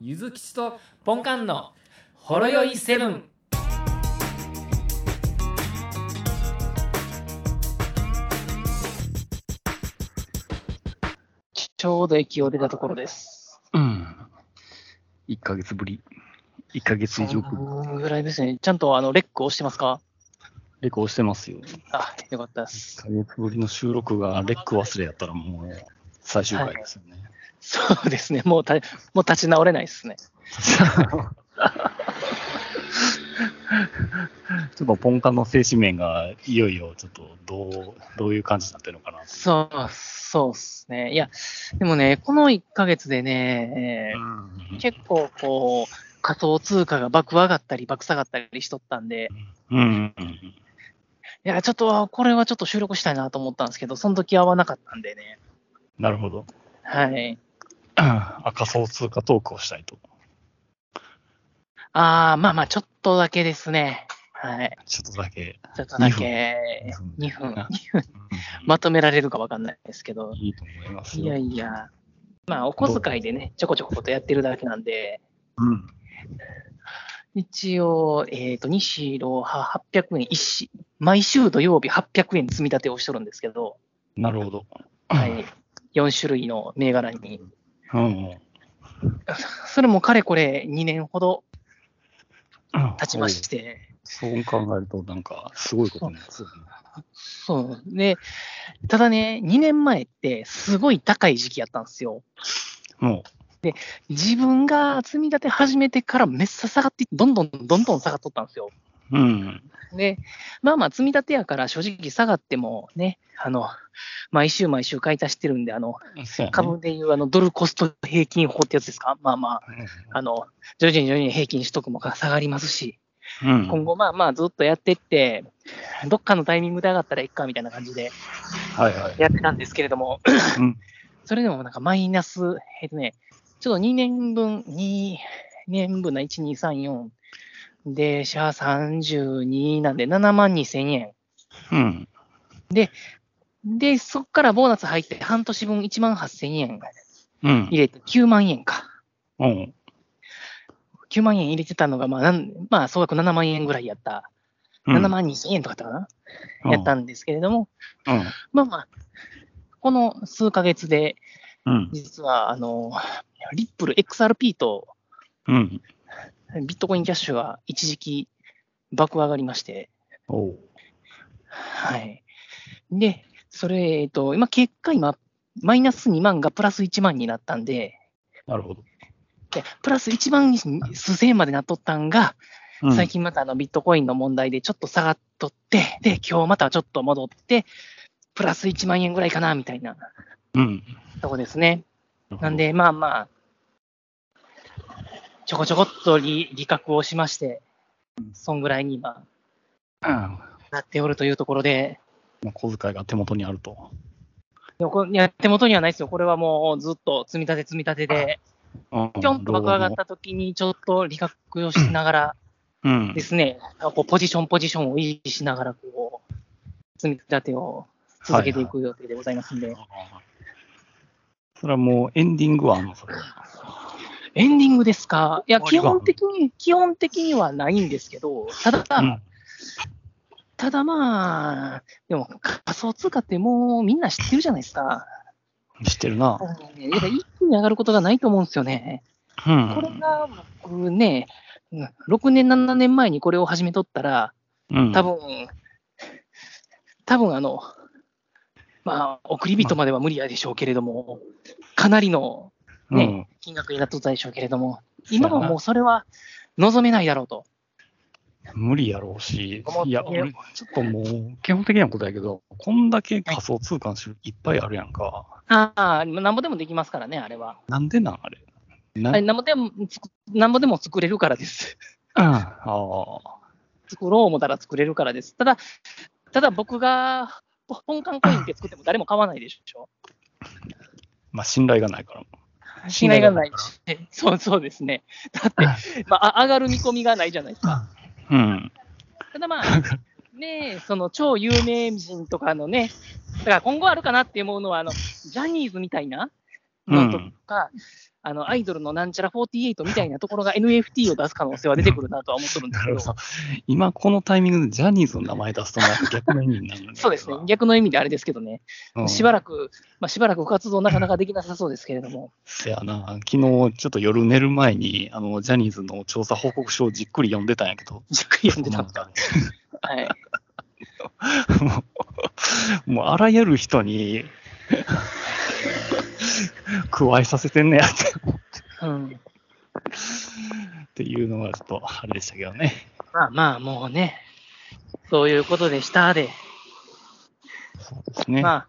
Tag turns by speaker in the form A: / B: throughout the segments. A: ゆずきちとポンカンのほろよいセブン。
B: ちょうど駅を出たところです。
C: うん。1ヶ月ぶり。1ヶ月以上ぶり。
B: そんぐらいですね。ちゃんとあのレック押してますか
C: レコしてますよ。1
B: あ、よかったです。
C: ヶ月ぶりの収録がレック忘れやったらもう最終回ですよ ね。
B: そうですね。もうた、もう立ち直れないですね。
C: ちょっとポンカンの精神面がいよいよちょっとどうどういう感じになってるのかな。
B: そう、そうですね。いや、でもね、この1ヶ月でね、えー結構こう、仮想通貨が爆上がったり、爆下がったりしとったんで、
C: うん。うん。
B: いや、ちょっと、これはちょっと収録したいなと思ったんですけど、その時合わなかったんでね。
C: なるほど。
B: はい。
C: あ仮想通貨トークをしたいと。
B: あー、まあまあ、ちょっとだけですね。はい。
C: ちょっとだけ。
B: ちょっとだけ、2
C: 二
B: 分
C: 分。
B: まとめられるかわかんないですけど
C: うん、いいと思います
B: い
C: よ。
B: やいや、まあ、お小遣いでね、ちょこちょことやってるだけなんで、
C: うん。
B: 一応、えっ、と、西郎派800円、一し毎週土曜日800円積み立てをしとるんですけど、
C: なるほど。
B: はい、4種類の銘柄に。
C: うんうん。
B: それもかれこれ2年ほど経ちま
C: おう
B: して、
C: そう考えると、なんか、すごいことになってるね。
B: そう。で、ただね、2年前ってすごい高い時期やったんですよ。
C: も
B: 自分が積み立て始めてからめっちゃ下がって、どんどんどんどん下がっとったんですよ。
C: う、うん。
B: で、まあまあ、積み立てやから、正直下がってもね、あの、毎週毎週買い足してるんで、あの、
C: そうやね
B: 株でいうあの、ドルコスト平均法ってやつですかまあまあ、あの、徐々に徐々に平均取得も下がりますし、
C: うん。
B: 今後まあまあずっとやってって、どっかのタイミングで上がったらいっかみたいな感じで
C: はいはい。
B: やってたんですけれども、
C: うん
B: それでもなんかマイナス、えっとね、ちょっと2年分、2年分の1、2、3、4で、シャー32なんで7万2千円。
C: うん。
B: で、そこからボーナス入って半年分1万8000円
C: うん
B: 入。れて9万円か。
C: うん。
B: 9万円入れてたのが、まあなん、まあ、総額7万円ぐらいやった。7万2000円とかだったかな、やったんですけれども、
C: うん。
B: まあまあ、この数ヶ月で、
C: うん。
B: 実は、あの、リップル XRP と
C: うん。
B: ビットコインキャッシュが一時期爆上がりまして、
C: おう。
B: はい。で、それ、えっと、今、結果今、マイナス2万がプラス1万になったんで、
C: なるほど。
B: で、プラス1万数千円までなっとったんが、
C: うん
B: 最。近またあのビットコインの問題でちょっと下がっとって、で、今日またちょっと戻って、プラス1万円ぐらいかな、みたいな
C: うん。
B: とこですね。なんで、まあまあ、ちょこちょこっと利利確をしまして、そんぐらいに今、
C: うん、ま
B: なっておるというところで、
C: あ小遣いが手元にあると。
B: でもこいや手元にはないですよ。これはもうずっと積み立て積み立てで、
C: うん
B: ぴょんと爆上がっ。た時にちょっと利確をしながら、
C: うん
B: で。すね、こうポジションポジションを維持しながらこう、積み立てを続けていく予定でございますんで、
C: それはもうエンディングはあんのそれ。
B: エンディングですか、いや、基
C: 終わりは
B: 本的に、基本的にはないんですけど、ただ、
C: うん。
B: ただまあ、でも仮想通貨ってもうみんな知ってるじゃないですか。
C: 知ってるな。
B: やっぱ一気に上がることがないと思うんですよね。
C: う
B: これ
C: ん。
B: が僕ね、6年、7年前にこれを始めとったら、
C: うん
B: 多。分、多分あの、まあ、送り人までは無理やでしょうけれども、かなりのね
C: うん。
B: 金額になっとったでしょうけれども、今はもうそれは望めないだろうと。
C: 無理やろうし
B: 思っ、て
C: いや、俺、ちょっともう、基本的なことやけど、こんだけ仮想通貨の種類いっぱいあるやんか。
B: ああ、なんぼでもできますからね、あれは。
C: なんでなん、あれ。な
B: あれなんぼでも、つくなんぼでも作れるからです。
C: ああ。
B: 作ろう思ったら作れるからです。ただ、ただ僕が、ポポンカンコインって作っても誰も買わないでしょ。
C: まあ、信頼がないから。
B: 信頼がないし。そうそうですね。だって、まあ、あ上がる見込みがないじゃないですか。
C: うん。
B: ただまあ、ねえ、その超有名人とかのね、だから今後あるかなって思うのは、あの、ジャニーズみたいな、のとか、あの、アイドルのなんちゃら48みたいなところが NFT を出す可能性は出てくるなとは思ってるんです
C: な
B: け
C: る
B: ど、
C: ほど。今このタイミングでジャニーズの名前出すとなんか逆の意味になるんだけど
B: そうですね、逆の意味であれですけどね、しばらく、まあ、しばらく活動なかなかできなさそうですけれども、
C: せやな、昨日ちょっと夜寝る前に、あの、ジャニーズの調査報告書をじっくり読んでたんやけど、
B: じっくり読んでたんですか。はい、
C: もう、もうあらゆる人に、加えさせてんねやって
B: うん。
C: っていうのがちょっとあれでしたけどね。
B: まあまあ、もうね、そういうことでしたで、
C: そうですね。
B: まあ、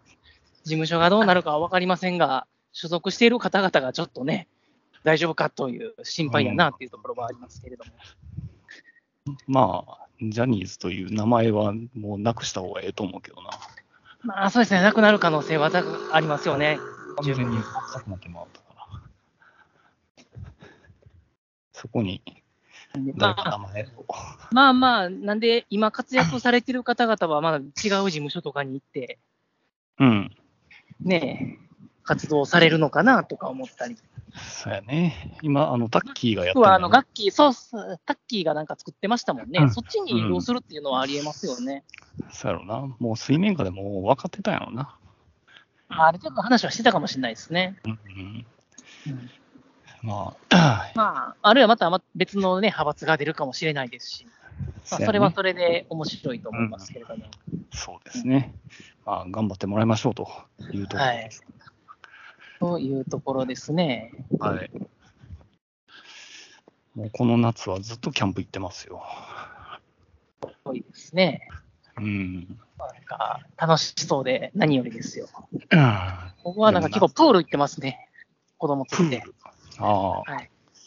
B: 事務所がどうなるかは分かりませんが、所属している方々がちょっとね、大丈夫かという心配やなっていうところはありますけれども、
C: まあ、ジャニーズという名前はもうなくした方がええと思うけどな。
B: まあそうですね、なくなる可能性は高くありますよね。
C: 完全になくなってまうから。そこに
B: ま
C: 誰か
B: あ、
C: 名前を。
B: まあまあ、なんで今活躍されてる方々はまだ違う事務所とかに行って、
C: うん。
B: ねえ、活動されるのかなとか思ったり。
C: そうやね。今、あの、タッキーがやって
B: 僕はあの、
C: の
B: 楽器、そうっす、タッキーがなんか作ってましたもんね。
C: うん
B: そっちに移動するっていうのはありえますよね。
C: そうやろな。もう水面下でもう分かってたんやろな。
B: まあ、ある程度話はしてたかもしれないですね。
C: うんうん。
B: うん
C: まあ、
B: まあ、あるいはまたま別のね、派閥が出るかもしれないですし、まあ、
C: うやね
B: それはそれで面白いと思いますけれども。
C: そうですね。まあ、頑張ってもらいましょうというところです。
B: というところですね。
C: はい。もうこの夏はずっとキャンプ行ってますよ。
B: 多いですね。
C: うん。
B: なんか、楽しそうで何よりですよ。
C: あ
B: 僕はなんか結構プール行ってますね。子供連れて。
C: あ、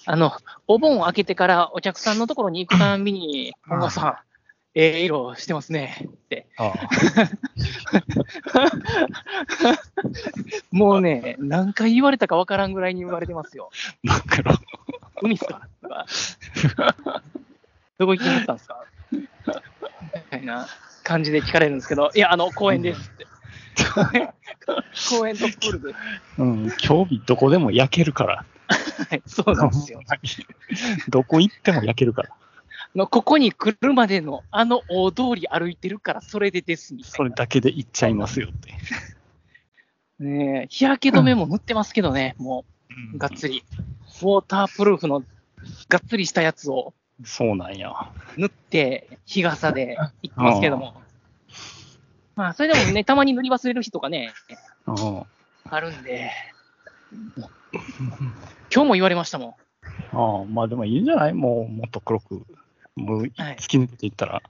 B: あの、お盆明けてからお客さんのところに行くたんびに、
C: う
B: 本
C: ん
B: 郷さん、ええ色してますねって。
C: ああ。
B: もうね、何回言われたかわからんぐらいに言われてますよ。
C: 真っ黒。
B: 海っすかとか。どこ行きに行ったんですかみたいな感じで聞かれるんですけど、いや、あの、公園ですって。公園とプールです。
C: うん、競技どこでも焼けるから。
B: はい、そうなんですよ。
C: どこ行っても焼けるから。
B: あのここに来るまでのあの大通り歩いてるから、それでですみた
C: そ
B: い
C: れだけで行っちゃいますよって。
B: な。ねえ日焼け止めも塗ってますけどね、もう、がっつり。ウォータープルーフのがっつりしたやつを
C: そうなんや。
B: 塗って、日傘で行ってますけども。まあ、それでもね、たまに塗り忘れる日とかね、
C: うん
B: あるんで、今日も言われましたもん。
C: ああまあでもいいんじゃないもうもっと黒く、もう
B: はい
C: 突き抜けていったら。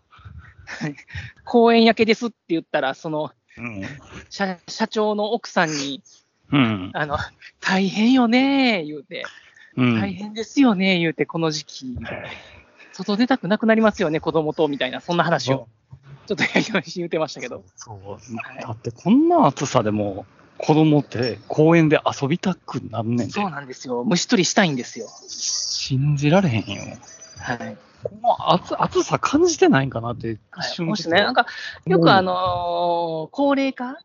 B: 公園焼けですって言ったら、その
C: うん。
B: 社社長の奥さんに、
C: うん。
B: あの大変よねー言うて、
C: うん
B: 大変ですよねー言うて、この時期、外出たくなくなりますよね、子供とみたいな、そんな話をちょっとやりまし言ってましたけど、
C: そうだってこんな暑さでも子供って公園で遊びたくなんねんで
B: そうなんですよ、虫取りしたいんですよ。
C: 信じられへんよ。
B: はい
C: この暑暑さ感じてないんかなって一
B: はい、
C: 瞬
B: もしね、なんか、よ
C: うん
B: くあのー高齢化で、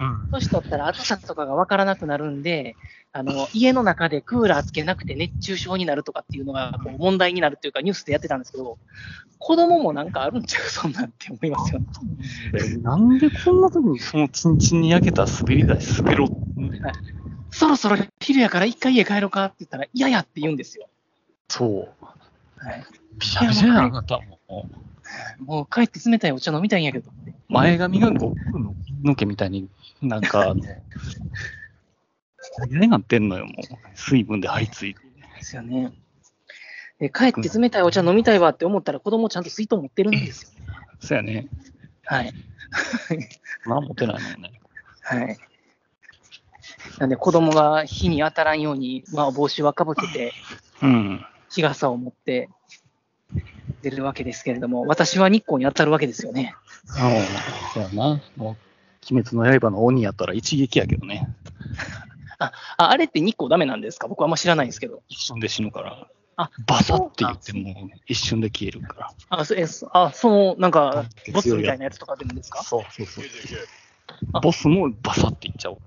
C: うん
B: 年取ったら暑さとかが分からなくなるんで、あの家の中でクーラーつけなくて熱中症になるとかっていうのがこう問題になるっていうか、ニュースでやってたんですけど、子供もなんかあるんちゃう、そんなんって思いますよね。
C: でなんでこんな時にそのチンチンに焼けた滑り台滑ろう
B: そろそろ昼やから一回家帰ろうかって言ったら、嫌やって言うんですよ。
C: そう。
B: はい、
C: びしゃびしゃやんあなたもう。
B: もう帰って冷たいお茶飲みたいんやけど、
C: 前髪が悟空の髪の毛みたいになんか、あ の、になってんのよ、もう。水分で張り付いて。
B: ですよね。で帰って冷たいお茶飲みたいわって思ったら、子供ちゃんと水筒持ってるんですよね。
C: そうやね。
B: はい。
C: まあ、持てないもんね。
B: はい。なんで子供が火に当たらんように、まあ、帽子はかぶせて、
C: うん。
B: 日傘を持って出るわけですけれども、私は日光に当たるわけですよね。
C: そうやな。もう、鬼滅の刃の鬼やったら一撃やけどね。
B: ああれって日光ダメなんですか僕はあんま知らないんですけど。
C: 一瞬で死ぬから。
B: あ
C: バサって言っても、一瞬で消えるか
B: あ、そえそあその、なんか、ボス
C: 強いやつ
B: みたいなやつとかでもです
C: ら。
B: か
C: そうそうそう
B: あ。
C: ボスもバサっていっちゃおう。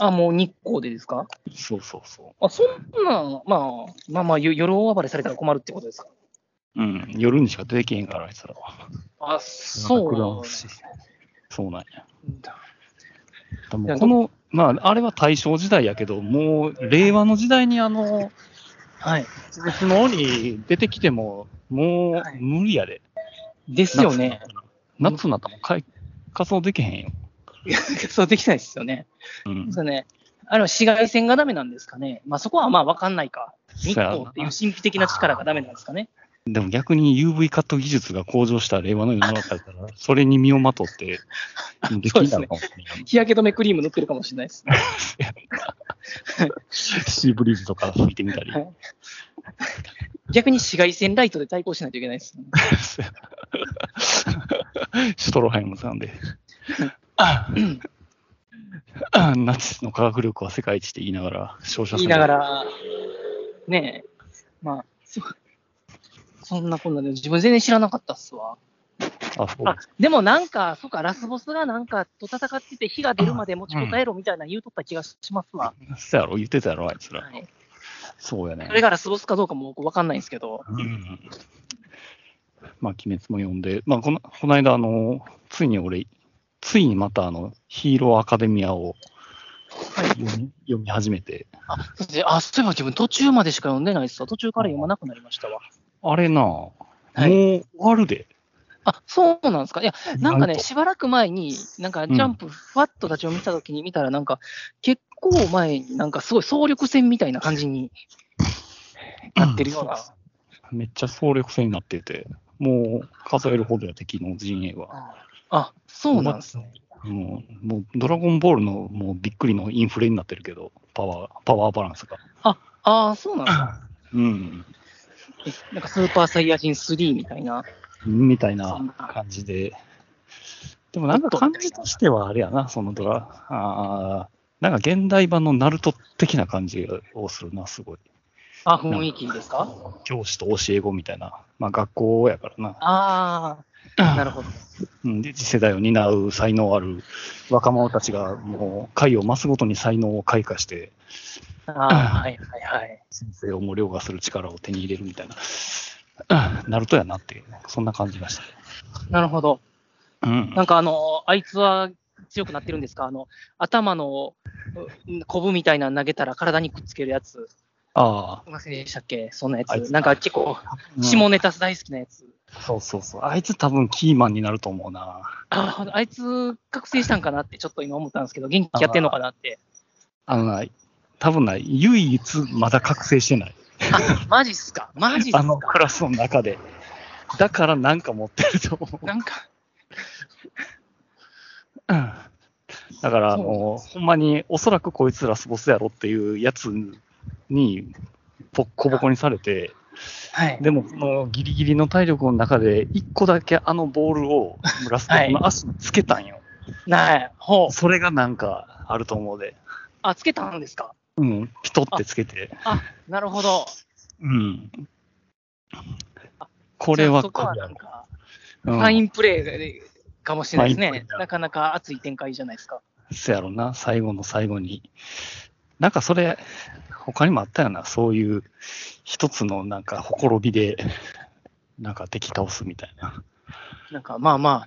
B: あ、もう日光でですか
C: そうそうそ
B: あ、そんな、まあ、まあまあ、よ夜大暴れされたら困るってことですか
C: う。うん、夜にしか出てけへんから、あいつらは。
B: あ、そう
C: 楽
B: なん
C: だ
B: だ
C: しそうなんや。で
B: いや
C: もこの、まあ、あれは大正時代やけど、もう令和の時代にあの、
B: はい。
C: 別のに出てきても、も
B: はいう
C: 無理やで。
B: ですよね。
C: 夏になったらもうかい仮装できへんよ。
B: そうできないですよね。
C: うん。
B: そうね。あれは紫外線がダメなんですかね。まあそこはまあわかんないか。日
C: そうやな
B: 光っていう神秘的な力がダメなんですかね。
C: でも逆に UV カット技術が向上した令和の世の中だから、それに身をまとって、できんだろうかもしれない。
B: 日焼け止めクリーム塗ってるかもしれないですね。
C: シーブリーズとか吹いて みたり。
B: はい逆に紫外線ライトで対抗しないといけないです、ね。
C: シュトロハイムさんで。あナチスの科学力は世界一って言いながら、照射
B: 言いなが。ら、ねえ、まあ、そそんなこんなで自分全然知らなかったっすわ。
C: あ、そう
B: あでもなんか、そうか、ラスボスがなんかと戦ってて火が出るまで持ちこたえろみたいな言うとった気がしますわ。
C: そうやろ言ってたやろあいつら。
B: はい、
C: そうやね
B: そ。れがラスボスかどうかも僕わかんないんですけど。
C: うんまあ、鬼滅も読んで、まあ、この、この間、あの、ついに俺、ついにまた、あの、ヒーローアカデミアを
B: い
C: 読み,、読み始めて、
B: あ、そしてあそういえば自分途中までしか読んでないっすわ。途中から読まなくなりましたわ。
C: あれなあ、もう
B: はい
C: 終わるで。
B: あ、そうなんですか。いや、なんかね、
C: と
B: しばらく前に、なんか
C: ん
B: ジャンプ、ふわっと立ち読みしたときに見たら、なんか、結構前に、なんかすごい総力戦みたいな感じになってるような。
C: めっちゃ総力戦になってて、もう数えるほどや敵の陣営は。
B: あ、そうなんですね。
C: もう、もうドラゴンボールのもうびっくりのインフレになってるけど、パワー、パワーバランスが。
B: ああ、そうなんですか。
C: うん。
B: えなんかスーパーサイヤ人3みたいな。
C: みたい
B: そん
C: な
B: な
C: 感じで。でもなんか感じとしてはあれやな、そのドラ、あーなんか現代版のナルト的な感じをするな、すごい。
B: あ、雰囲気ですか
C: 教師と教え子みたいな、まあ学校やからな。
B: ああ、なるほど。
C: うん、で次世代を担う才能ある若者たちがもう回を増すごとに才能を開花して
B: ああ、はいはいはい。
C: 先生をもう凌駕する力を手に入れるみたいな あナルトやなってそんな感じがした、
B: なるほど。
C: うん
B: なんかあの、あいつは強くなってるんですかあの、頭のうコブみたいなの投げたら体にくっつけるやつ。
C: あ
B: いませんでしたっけそんなや
C: あいつ
B: つ。なんか結構、
C: あ、
B: 下ネタ大好きなやつ。
C: そうそうそうあいつ多分キーマンになると思うな
B: ああいつ、覚醒したんかなってちょっと今思ったんですけど、元気やってんのかなって。
C: あのな多分な唯一まだ覚醒してない
B: あ、マジっすかマジっす
C: あの
B: か
C: クラスの中でだからなんか持ってると思う
B: なんか、
C: うんだから、あ
B: そうなん
C: の、
B: です
C: ほんまに、おそらくこいつラスボスやろっていうやつに、ボッコボコにされて、
B: はい。
C: でも、そのギリギリの体力の中で、一個だけあのボールを、ラスボスの足につけたんよ。
B: ない。ほう。
C: それがなんか、あると思うで。
B: あ、つけたんですか
C: うん、ピトってつけて。
B: なるほど。
C: うん。これは
B: じゃあそこは
C: これや
B: な
C: ろ
B: んか、
C: う
B: フ
C: ん
B: ァインプレーかもしれないです
C: ファイ
B: ね
C: ンプレ。ー
B: なかなか熱い展開じゃないですか。
C: そやろな、最後の最後に。なんかそれ、他にもあったよな、そういう一つのなんか、ほころびで、 なんか敵倒すみたいな。
B: なんかまあまあ、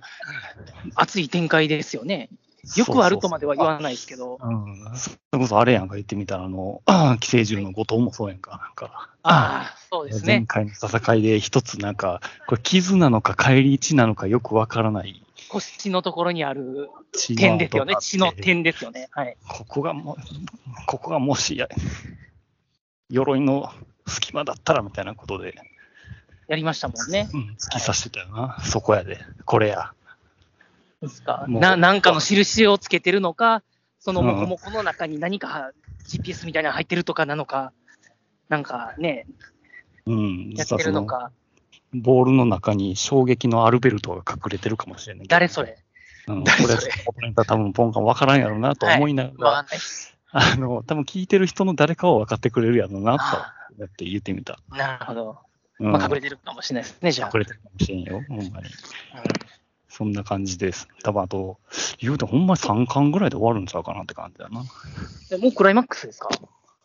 B: 熱い展開ですよね。よくあるとまでは言わないですけど、
C: そうそうそう。うん、それこそあれやんか言ってみたら、あの、 寄生獣の後藤もそうやんか、なんか。
B: ああ、そうです
C: 前
B: ね。
C: 回の戦いで一つなんか、これ傷なのか帰り血なのかよくわからない
B: 腰のところにある
C: 血の跡が
B: 点
C: あって
B: ですよね。血の点ですよね。はい。
C: ここがもう、ここがもしや、鎧の隙間だったらみたいなことで、
B: やりましたもんね。
C: うん、突き刺してたよな、そこやで、これや。
B: ですか。
C: もう
B: ななんかの印をつけてるのか、その
C: うん
B: もこもこの中に何か GPS みたいなの入ってるとかなのか、なんかね、
C: うん、
B: やってるのか、
C: ボールの中に衝撃のアルベルトが隠れてるかもしれない。
B: 誰それ
C: うん、
B: 誰それ
C: これ、これ多分ポンカン分からんやろうなと思いながら、
B: わかんないです。
C: あの、多分聞いてる人の誰かを分かってくれるやろうな
B: あ
C: と思って言ってみた。
B: あなるほど。
C: うん
B: まあ、隠れてるかもしれないですね、じゃあ。
C: 隠れてるかもしれんよ、ほんま
B: う
C: に。
B: ん
C: そんな感じです。多分あと、言うとほんまに3巻ぐらいで終わるんちゃうかなって感じだな。
B: でもうクライマックスですか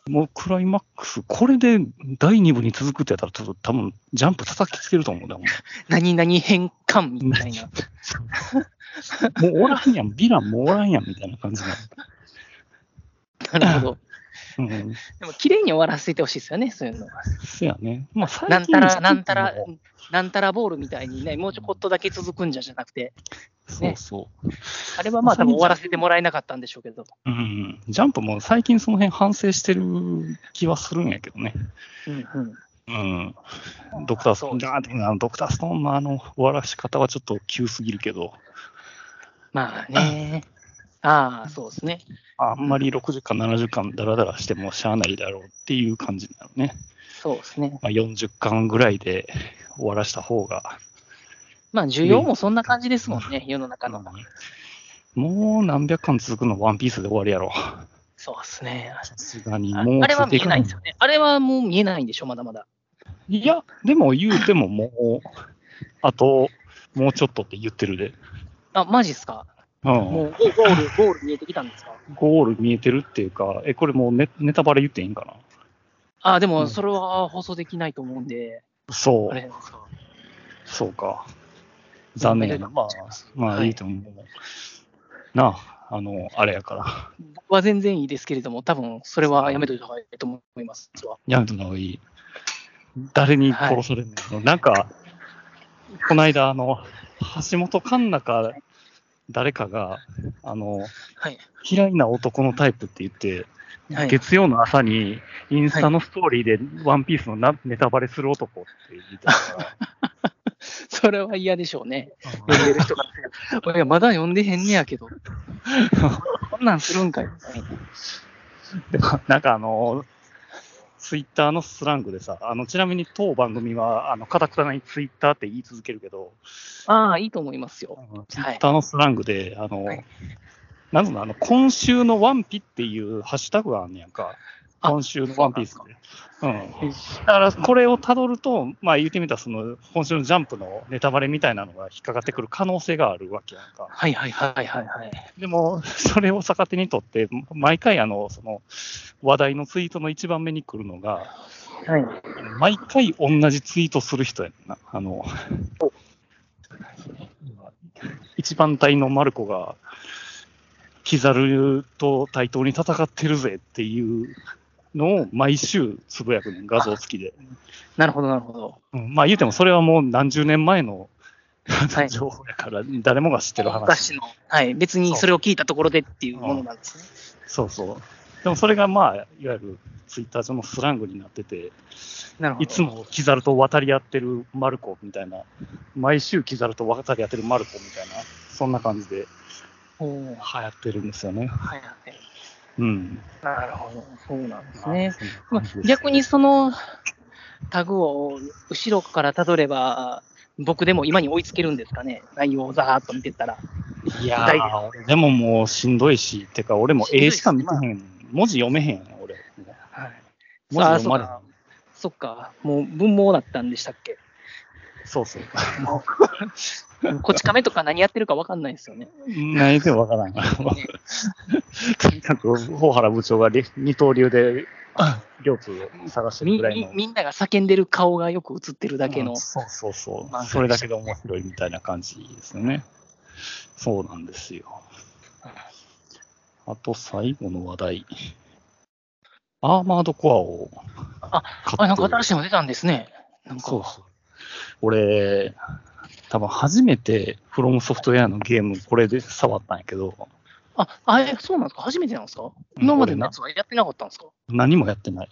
C: もうクライマックス、これで第2部に続くってやったら、ちょっと多分ジャンプ叩きつけると思うね、ほんま
B: 何々変換みたいな。
C: もうおらんやん、ヴィランもうおらんやんみたいな感じな
B: なるほど。
C: の。うん。
B: でも綺麗に終わらせてほしいですよね、そういうのは。
C: そやね。まあ、最
B: なんた
C: 近の
B: ら、なんたら、なんたらボールみたいにね、もうちょこっとだけ続くんじゃじゃなくて、
C: そうそう。
B: あれはまあ多分終わらせてもらえなかったんでしょうけど。
C: うん。ジャンプも最近その辺反省してる気はするんやけどね。
B: うんうん。
C: うん。ドクターストー
B: そう
C: ン、
B: です
C: ガーってあのドクターストーンのあの終わらし方はちょっと急すぎるけど、
B: まあ ね。ああ、そうですね。
C: あんまり60巻、70巻ダラダラしてもしゃあないだろうっていう感じなのね。
B: そうですね。
C: まあ、40巻ぐらいで終わらした方が。
B: まあ、需要もそんな感じですもんね、世の中の。
C: もう何百巻続くのワンピースで終わりやろ。
B: そうですね。
C: さすがに
B: あ
C: もう。
B: あれは見えないんです
C: よ。
B: よね。あれはもう見えないんでしょ、まだまだ。
C: いや、でも言うてももう、あと、もうちょっとって言ってるで。
B: あ、マジっすか。
C: うん、
B: もうゴゴール、ゴール見えてきたんですか。
C: ゴール見えてるっていうか、え、これもうネネタバレ言っていいんか
B: あ、で
C: う
B: も
C: ん
B: それは放送できないと思うんで、
C: なそ
B: あれ
C: う、
B: なんですか。
C: そうか。残念やな。まあ、まあ、
B: はい
C: いいと思う。なあ、あの、あれやから。
B: 僕は全然いいですけれども、多分それはやめといた方がいいと思いますわ。
C: やめた方がいい。誰に殺されるの、なんか、この間、あの、橋本環奈か、誰かが、あの、
B: はい。
C: 嫌いな男のタイプって言って、
B: はい、
C: 月曜の朝にインスタのストーリーでワンピースのなネタバレする男って言ってたか
B: それは嫌でしょうね。
C: ら、
B: 読んでる人からすればいや、まだ読んでへんねやけど。 こんなんするんかい。
C: でもなんかあの、ツイッターのスラングでさ、あのちなみに当番組は、あの、かたくなにツイッターって言い続けるけど、
B: ああ、いいと思いますよ。
C: ツイッターのスラングで、あの、
B: はい
C: なんつうの、あの、今週のワンピっていうハッシュタグがあんねやんか。
B: あ
C: 今週のワンピース
B: そ
C: で。うん。だから、これをたどると、まあ言ってみたら、その、今週のジャンプのネタバレみたいなのが引っかかってくる可能性があるわけやんか。
B: はいはいはいはいはい。
C: でも、それを逆手にとって、毎回、あの、その、話題のツイートの一番目に来るのが、
B: はい、
C: 毎回同じツイートする人やんな。あの、一番隊のマルコが、キザルと対等に戦ってるぜっていうのを毎週つぶやくねん、画像付きで。
B: なるほどなるほど。
C: うん、まあ言うても、それはもう何十年前の、
B: はい
C: 情報やから、誰もが知ってる話。
B: 昔の、はい、別にそれを聞いたところでっていうものなんですね。
C: そうそう。でもそれがまあ、いわゆるツイッター上のスラングになってて、
B: なるほど。
C: いつもキザルと渡り合ってるマルコみたいな、毎週キザルと渡り合ってるマルコみたいな、そんな感じで
B: おー
C: 流行ってるんですよね。
B: はいはい。
C: うん。
B: なるほど。そうなんですね。
C: ま
B: ま
C: あ
B: あ、逆にそのタグを後ろからたどれば、僕でも今に追いつけるんですかね。内容をざーっと見てたら。
C: いや
B: 大
C: ー、俺でももうしんどいし、てか俺も絵しか見てへん。文字読めへん、俺。
B: はい、あ
C: 文字
B: あ、
C: 読
B: そ
C: ま
B: っ
C: れへん
B: か。そっか。もう文盲だったんでしたっけ。
C: そうそう。
B: こち亀とか何やってるか分かんないですよね。
C: 何言っても わからんから。とにかく、大原部長がり二刀流で、両通を探してる
B: み
C: ぐらいの
B: み。みんなが叫んでる顔がよく映ってるだけ
C: う
B: の
C: ん。そうそうそ
B: 漫画
C: う。それだけで面白いみたいな感じですよね。そうなんですよ。あと、最後の話題。アーマードコアを
B: あ
C: 買って
B: あ、なんか新しいの出たんですね。なんか
C: そうそう。俺、多分初めてフロムソフトウェアのゲーム、これで触ったんやけど、
B: あ、あえそうなんですか初めてなんですか
C: ん
B: 今までのやつはやってなかったんですか
C: 何もやってない。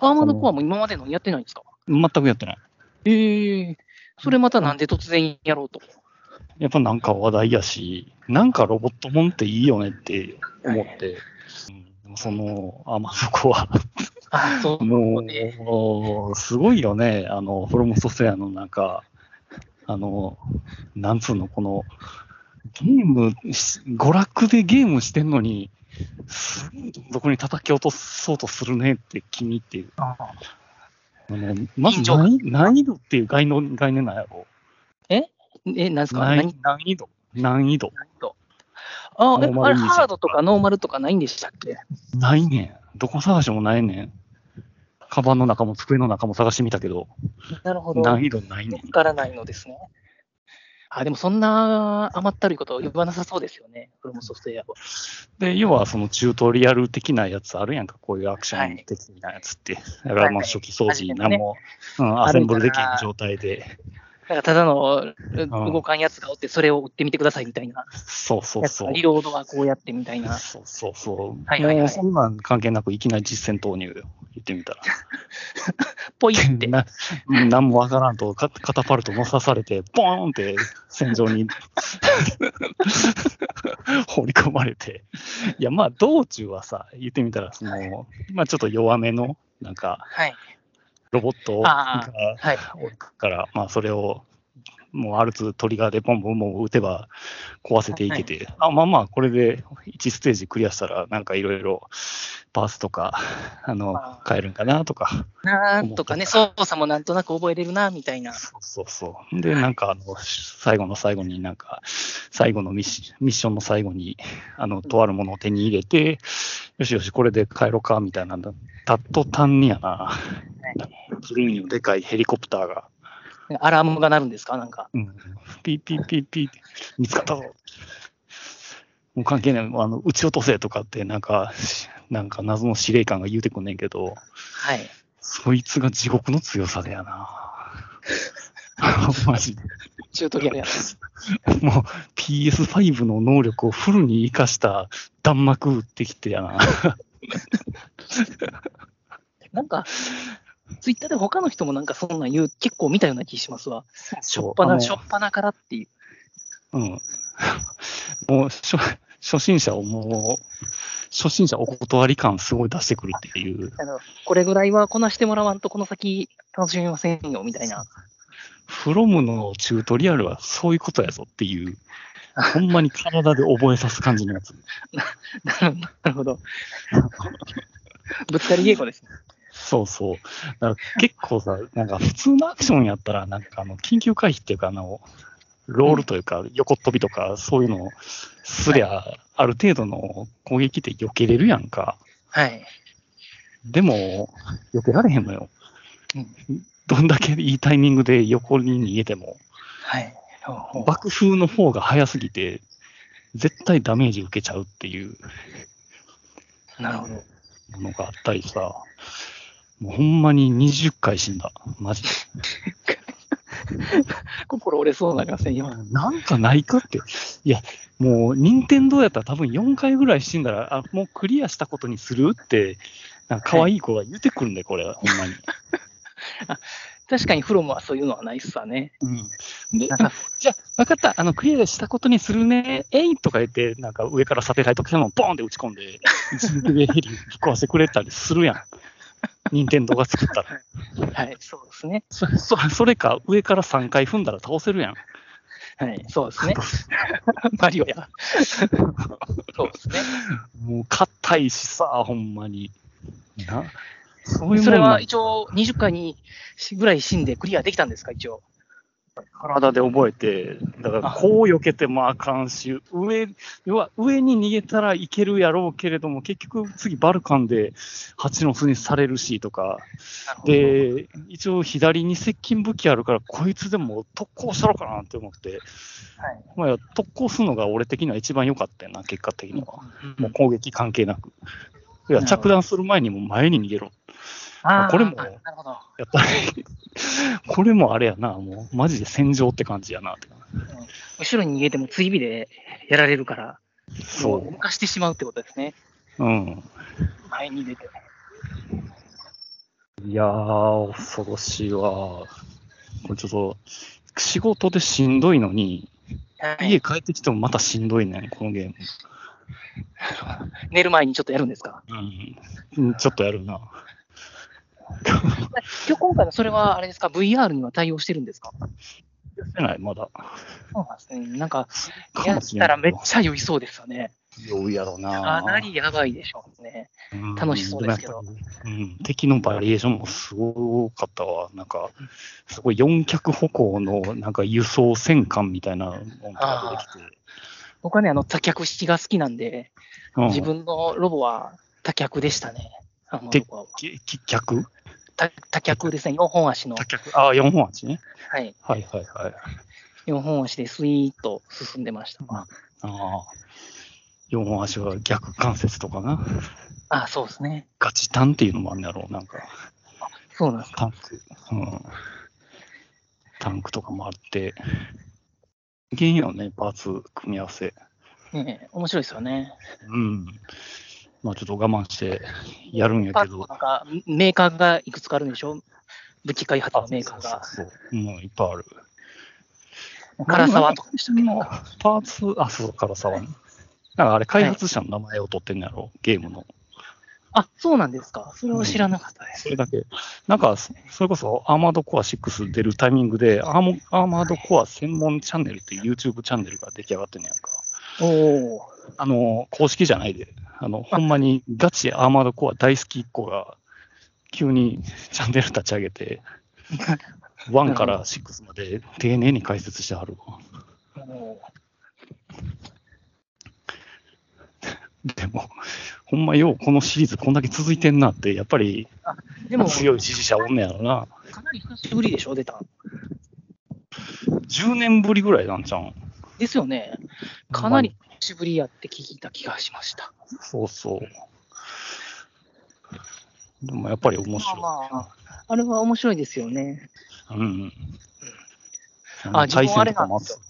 B: アーマードコアも今までのやってないんですか
C: 全くやってない。
B: ええそれまたなんで突然やろうと。
C: やっぱなんか話題やし、なんかロボットもんっていいよねって思って、うん、でもその、あ、まあそこは、
B: あ、そう。
C: も
B: ね
C: う、もうすごいよね。あの、フロムソフトウェアのなんか、あの、なんつうの、この、ゲームし、娯楽でゲームしてんのに、すどこに叩き落とそうとするねって気に入っている。
B: あ
C: あのまず
B: 緊張
C: 難易難易度っていう概能概念なんやろ。
B: ええ、なんですか
C: 難
B: 何
C: 易難易度難易度。
B: 何と。あ
C: ノ
B: え
C: ーマ
B: あ
C: ル
B: れ、
C: に
B: ハードとかノーマルとかないんでしたっけ
C: ないねん。どこ探してもないねん。カバンの中も机の中も探してみたけど、
B: なるほど。
C: 難易度ないねん
B: わ。からないのですね。あ、でもそんな甘ったるいことを言わなさそうですよね。フロムソフトウェアは。
C: で、要はそのチュートリアル的なやつあるやんか、こういうアクション的なやつって。だからま
B: は
C: あ
B: い
C: 初期掃除
B: 初めてね
C: 何も、うん、アセンブルできん状態で。
B: なんかただの動かんやつがおって、それを売ってみてくださいみたいな。
C: そうそう
B: やつ
C: そ
B: が
C: う。
B: リロードはこうやってみたいな。
C: そうそうそう。
B: はいはいはい
C: もうそんなん関係なくいきなり実践投入よ。言ってみたら。
B: ポイって。
C: なうん何もわからんとカ、カタパルト乗さされて、ボーンって戦場に 放り込まれて。いや、まあ、道中はさ、言ってみたら、その、まあ、ちょっと弱めの、なんか、
B: はい。
C: ロボット
B: あ
C: が
B: はい。
C: から、まあ、それを、もう R2 トリガーでポンポンもう打てば壊せていけて、あまあまあ、これで1ステージクリアしたら、なんかいろいろパースとか、あの
B: あ、ー
C: 変えるんかなとか、
B: なんとかね、操作もなんとなく覚えれるな、みたいな。
C: そうそうそう。で、なんかあの、最後の最後になんか、最後のミッシミッションの最後に、あの、とあるものを手に入れて、よしよし、これで帰ろうか、みたいなんだ。たっとたんにやな。ブルーニのでかいヘリコプターが、
B: アラームが鳴るんですかなんか。
C: うん、ピーピーピーピーって見つかったぞ。もう関係ない、あの、撃ち落とせとかって、なんか、しなんか謎の司令官が言うてくんねんけど、
B: はい。
C: そいつが地獄の強さだよ な。マジで
B: チュートリアルやな。
C: もう PS5 の能力をフルに生かした弾幕打ってきてやな。
B: なんか、ツイッターで他の人もなんかそんなん言う、結構見たような気しますわ。 しょっぱ
C: あ
B: な、
C: の
B: しょっぱなからっていう。
C: うん。 もう初初心者をもう、初心者お断り感すごい出してくるっていう。
B: あのこれぐらいはこなしてもらわんと、この先楽しめませんよ、みたいな。
C: フロムのチュートリアルはそういうことやぞっていう。ほんまに体で覚えさす感じのやつ。
B: なるほど。ぶつかり稽古ですね。
C: そうそう。だから結構さ、なんか普通のアクションやったら、なんかあの緊急回避っていうか、あの、ロールというか、横っ飛びとか、そういうのをすりゃ、ある程度の攻撃って避けれるやんか。
B: はい。
C: でも、避けられへんのよ
B: う。
C: どんだけいいタイミングで横に逃げても、
B: はい。ほうほう
C: 爆風の方が早すぎて、絶対ダメージ受けちゃうっていう
B: なるほど。
C: ものがあったりさ、もうほんまに20回死んだ。マジで。
B: 心折れそうになりません、今。
C: なんかないかって。いや、もう、任天堂やったら多分4回ぐらい死んだら、あ、もうクリアしたことにするって、なんか可愛い子が言ってくるんで、これ、ほんまに。
B: 確かにフロムはそういうのはないっすわね。
C: うん。で、あじゃあ、分かった、あの、クリアしたことにするね、えいとか言って、なんか上からサテライトキャノンボーンって打ち込んで、一撃でヘリぶっ壊してくれたりするやん。任天堂が作ったら。
B: はい、そうですね。
C: そそそれか、上から3回踏んだら倒せるやん。
B: はい、そう ですね。マリオや。そうですね。
C: もう、硬いしさ、ほんまに。な。そういうもんなん
B: それは一応、20回にぐらい死んでクリアできたんですか、一応。
C: 体で覚えて、だからこう避けてもあかんし、上、要は上に逃げたらいけるやろうけれども、結局次バルカンで蜂の巣にされるしとか、で、一応左に接近武器あるから、こいつでも特攻したろかなって思っ
B: は
C: て、
B: い
C: まあ特攻するのが俺的には一番良かったよな、結果的には。もう攻撃関係なく。いや
B: なるほど
C: 着弾する前にもう前に逃げろ。
B: あー
C: これも
B: なるほど。
C: やっぱり、 これもあれやな、もうマジで戦場って感じやなって。
B: 後ろに逃げても追尾でやられるから、
C: そ
B: 動かしてしまうってことですね。
C: う。うん。
B: 前に出て。
C: いやー、恐ろしいわ。これちょっと、仕事でしんどいのに、
B: はい
C: 家帰ってきてもまたしんどいねん、このゲーム。
B: 寝る前にちょっとやるんですか
C: うんうん。ちょっとやるな。
B: 今日今回のそれはあれですか ?VR には対応してるんですか
C: やってない、まだ。
B: そうなんですね。なんか、
C: か
B: や
C: も
B: っ
C: しれ
B: た
C: な
B: ら
C: い
B: めっちゃ酔いそうですよね。
C: 酔うやろ
B: か
C: な。
B: なりやばいでしょうね。
C: うん
B: 楽しそうですけど
C: でもやっぱりうん、敵のバリエーションもすごかったわ。なんか、すごい四脚歩行のなんか輸送戦艦みたいなのが出てきて。
B: 僕はね、あの、多脚式が好きなんで、
C: うん
B: 自分のロボは多脚でしたね。あの
C: で
B: ロボは
C: きき脚
B: 多多脚ですね。4本足の
C: 多。脚ああ、4本足ね。
B: はい。
C: はいはいはい。
B: 4本足でスイーッと進んでました。
C: ああ4本足は逆関節とかな。
B: あ、そうですね。
C: ガチタンっていうのもあるんだろう。なんか、
B: そうなんです。
C: タンク。うん。タンクとかもあって。いけんよね、パーツ組み合わせ。
B: ねえ面白いですよね。
C: うん。まあちょっと我慢してやるんや
B: パ
C: け
B: ッと
C: ど。
B: なんか、メーカーがいくつかあるんでしょ武器開発
C: あ
B: のメーカーが。
C: そうそうそう。もうんいっぱいある。
B: 唐沢とかでしたっけ
C: もうパーツ、あ、そう、唐沢ね。なんかあれ、開発者の名前を取ってんのやろ、ゲームの。
B: あ、そうなんですか。それは知らなかったです。
C: それだけ。なんか、そそれこそ、アーマードコア6出るタイミングで、アーモアーマードコア専門チャンネルっていう YouTube チャンネルが出来上がってんねやんか。
B: おお。
C: あの、公式じゃないで、あの、ほんまにガチアーマードコア大好きっ子が、急にチャンネル立ち上げて、1から6まで丁寧に解説してはるわ。
B: も
C: でも、ほんまよう、このシリーズこんだけ続いてんなって、やっぱり
B: うでも、
C: 強い支持者おんねやろな。
B: かなり久しぶりでしょ、出たの。
C: 10年ぶりぐらいなんちゃうん。
B: ですよね。かなり久しぶりやって聞いた気がしました。
C: そうそう。でもやっぱり面白い。
B: まあまあ、あれは面白いですよね。
C: うんうん。
B: あ自分はあれなん
C: もあ
B: で
C: っ
B: すよ
C: た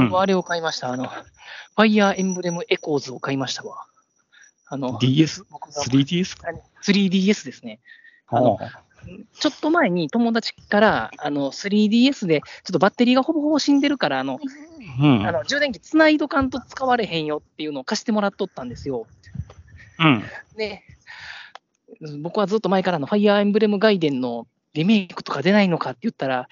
B: 僕はあれを買いました。あの、ファイヤーエンブレムエコーズを買いましたわ。あの、
C: DS?3DS
B: 僕が
C: か
B: 3DS ですね。あのちょっと前に友達から、あの、3DS で、ちょっとバッテリーがほぼほぼ死んでるから、あの、
C: うん。
B: あの充電器つないどかんと使われへんよっていうのを貸してもらっとったんですよ。
C: うん。
B: で、僕はずっと前からあのファイアーエンブレム外伝のリメイクとか出ないのかって言ったら、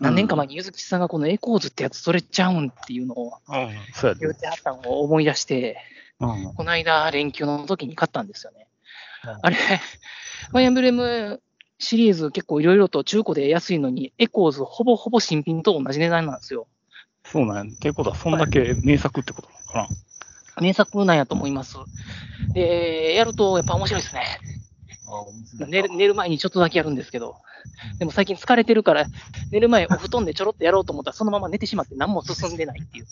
B: 何年か前にゆずきさんがこのエコーズってやつそれちゃうんっていうのを
C: うん。そうやで
B: 言ってはったのを思い出して、
C: うん。
B: この間連休の時に買ったんですよね
C: うん。
B: あれ、ファイアーエンブレムシリーズ結構いろいろと中古で安いのに、エコーズほぼほぼ新品と同じ値段なんですよ。
C: そうなんや。ってことは、そんだけ名作ってことなのかな。
B: 名作なんやと思います。で、やるとやっぱ面白いですね。寝る寝る前にちょっとだけやるんですけど、でも最近疲れてるから、寝る前、お布団でちょろっとやろうと思ったら、そのまま寝てしまって、何も進んでないっていう。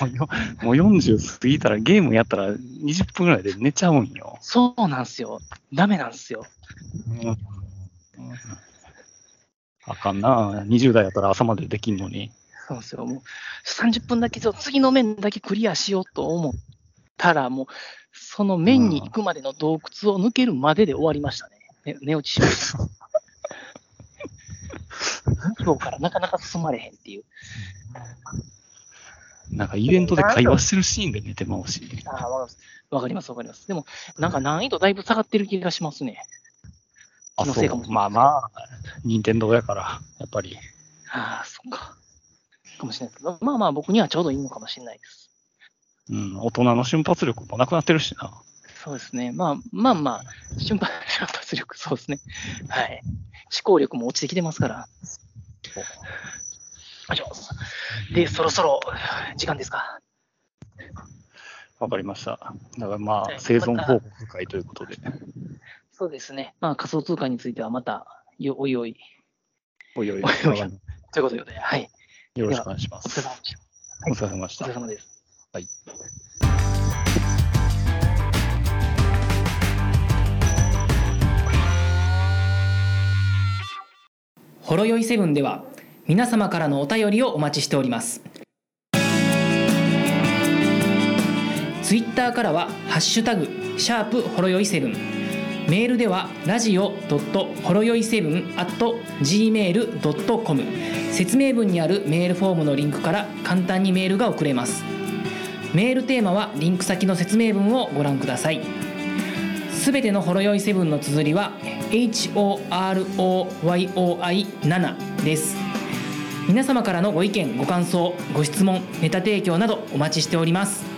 C: もうよもう40過ぎたら、ゲームやったら20分ぐらいで寝ちゃうんよ。
B: そうなんすよ。ダメなんすよ。
C: うんあかんな。20代やったら朝までできんのに。
B: そうなんすよ。もう30分だけ、そう次の面だけクリアしようと思ったら、もう、その面に行くまでの洞窟を抜けるまでで終わりましたね。ね寝落ちしました。今日からなかなか進まれへんっていう。
C: なんかイベントで会話してるシーンで寝てまうし。
B: ああ、わかります。わかります、わかります。でも、なんか難易度だいぶ下がってる気がしますね。
C: あ、
B: 気の
C: そ
B: せいかも
C: う
B: し。れない
C: まあまあ、任天堂やから、やっぱり。
B: ああ、そっか。かもしれないですけど、まあまあ僕にはちょうどいいのかもしれないです。
C: うん、大人の瞬発力もなくなってるしな。
B: そうですね。まあまあまあ、瞬発瞬発力、そうですね。はい。思考力も落ちてきてますから。あじゃあで、そろそろ時間ですか。
C: わかりました。だからま
B: は
C: あ、
B: い
C: 生存報告会ということで。
B: そうですね。まあ仮想通貨についてはまた、よおいおい。
C: おいおい、
B: おいおい
C: よ
B: ということで、はい。
C: ろしくお願いしま
B: お疲れ
C: す
B: 様。でした。
C: お疲れ様でし
B: お
C: た
B: 疲れ。様です。
A: ほろよいセブンでは皆様からのお便りをお待ちしておりますツイッターからは「ハッシュタグシャープほろよいセブン」メールではラジオドットほろよいセブン at gmail.com 説明文にあるメールフォームのリンクから簡単にメールが送れますメールテーマはリンク先の説明文をご覧くださいすべてのほろ酔いセブンの綴りは HOROYOI7 です皆様からのご意見ご感想ご質問ネタ提供などお待ちしております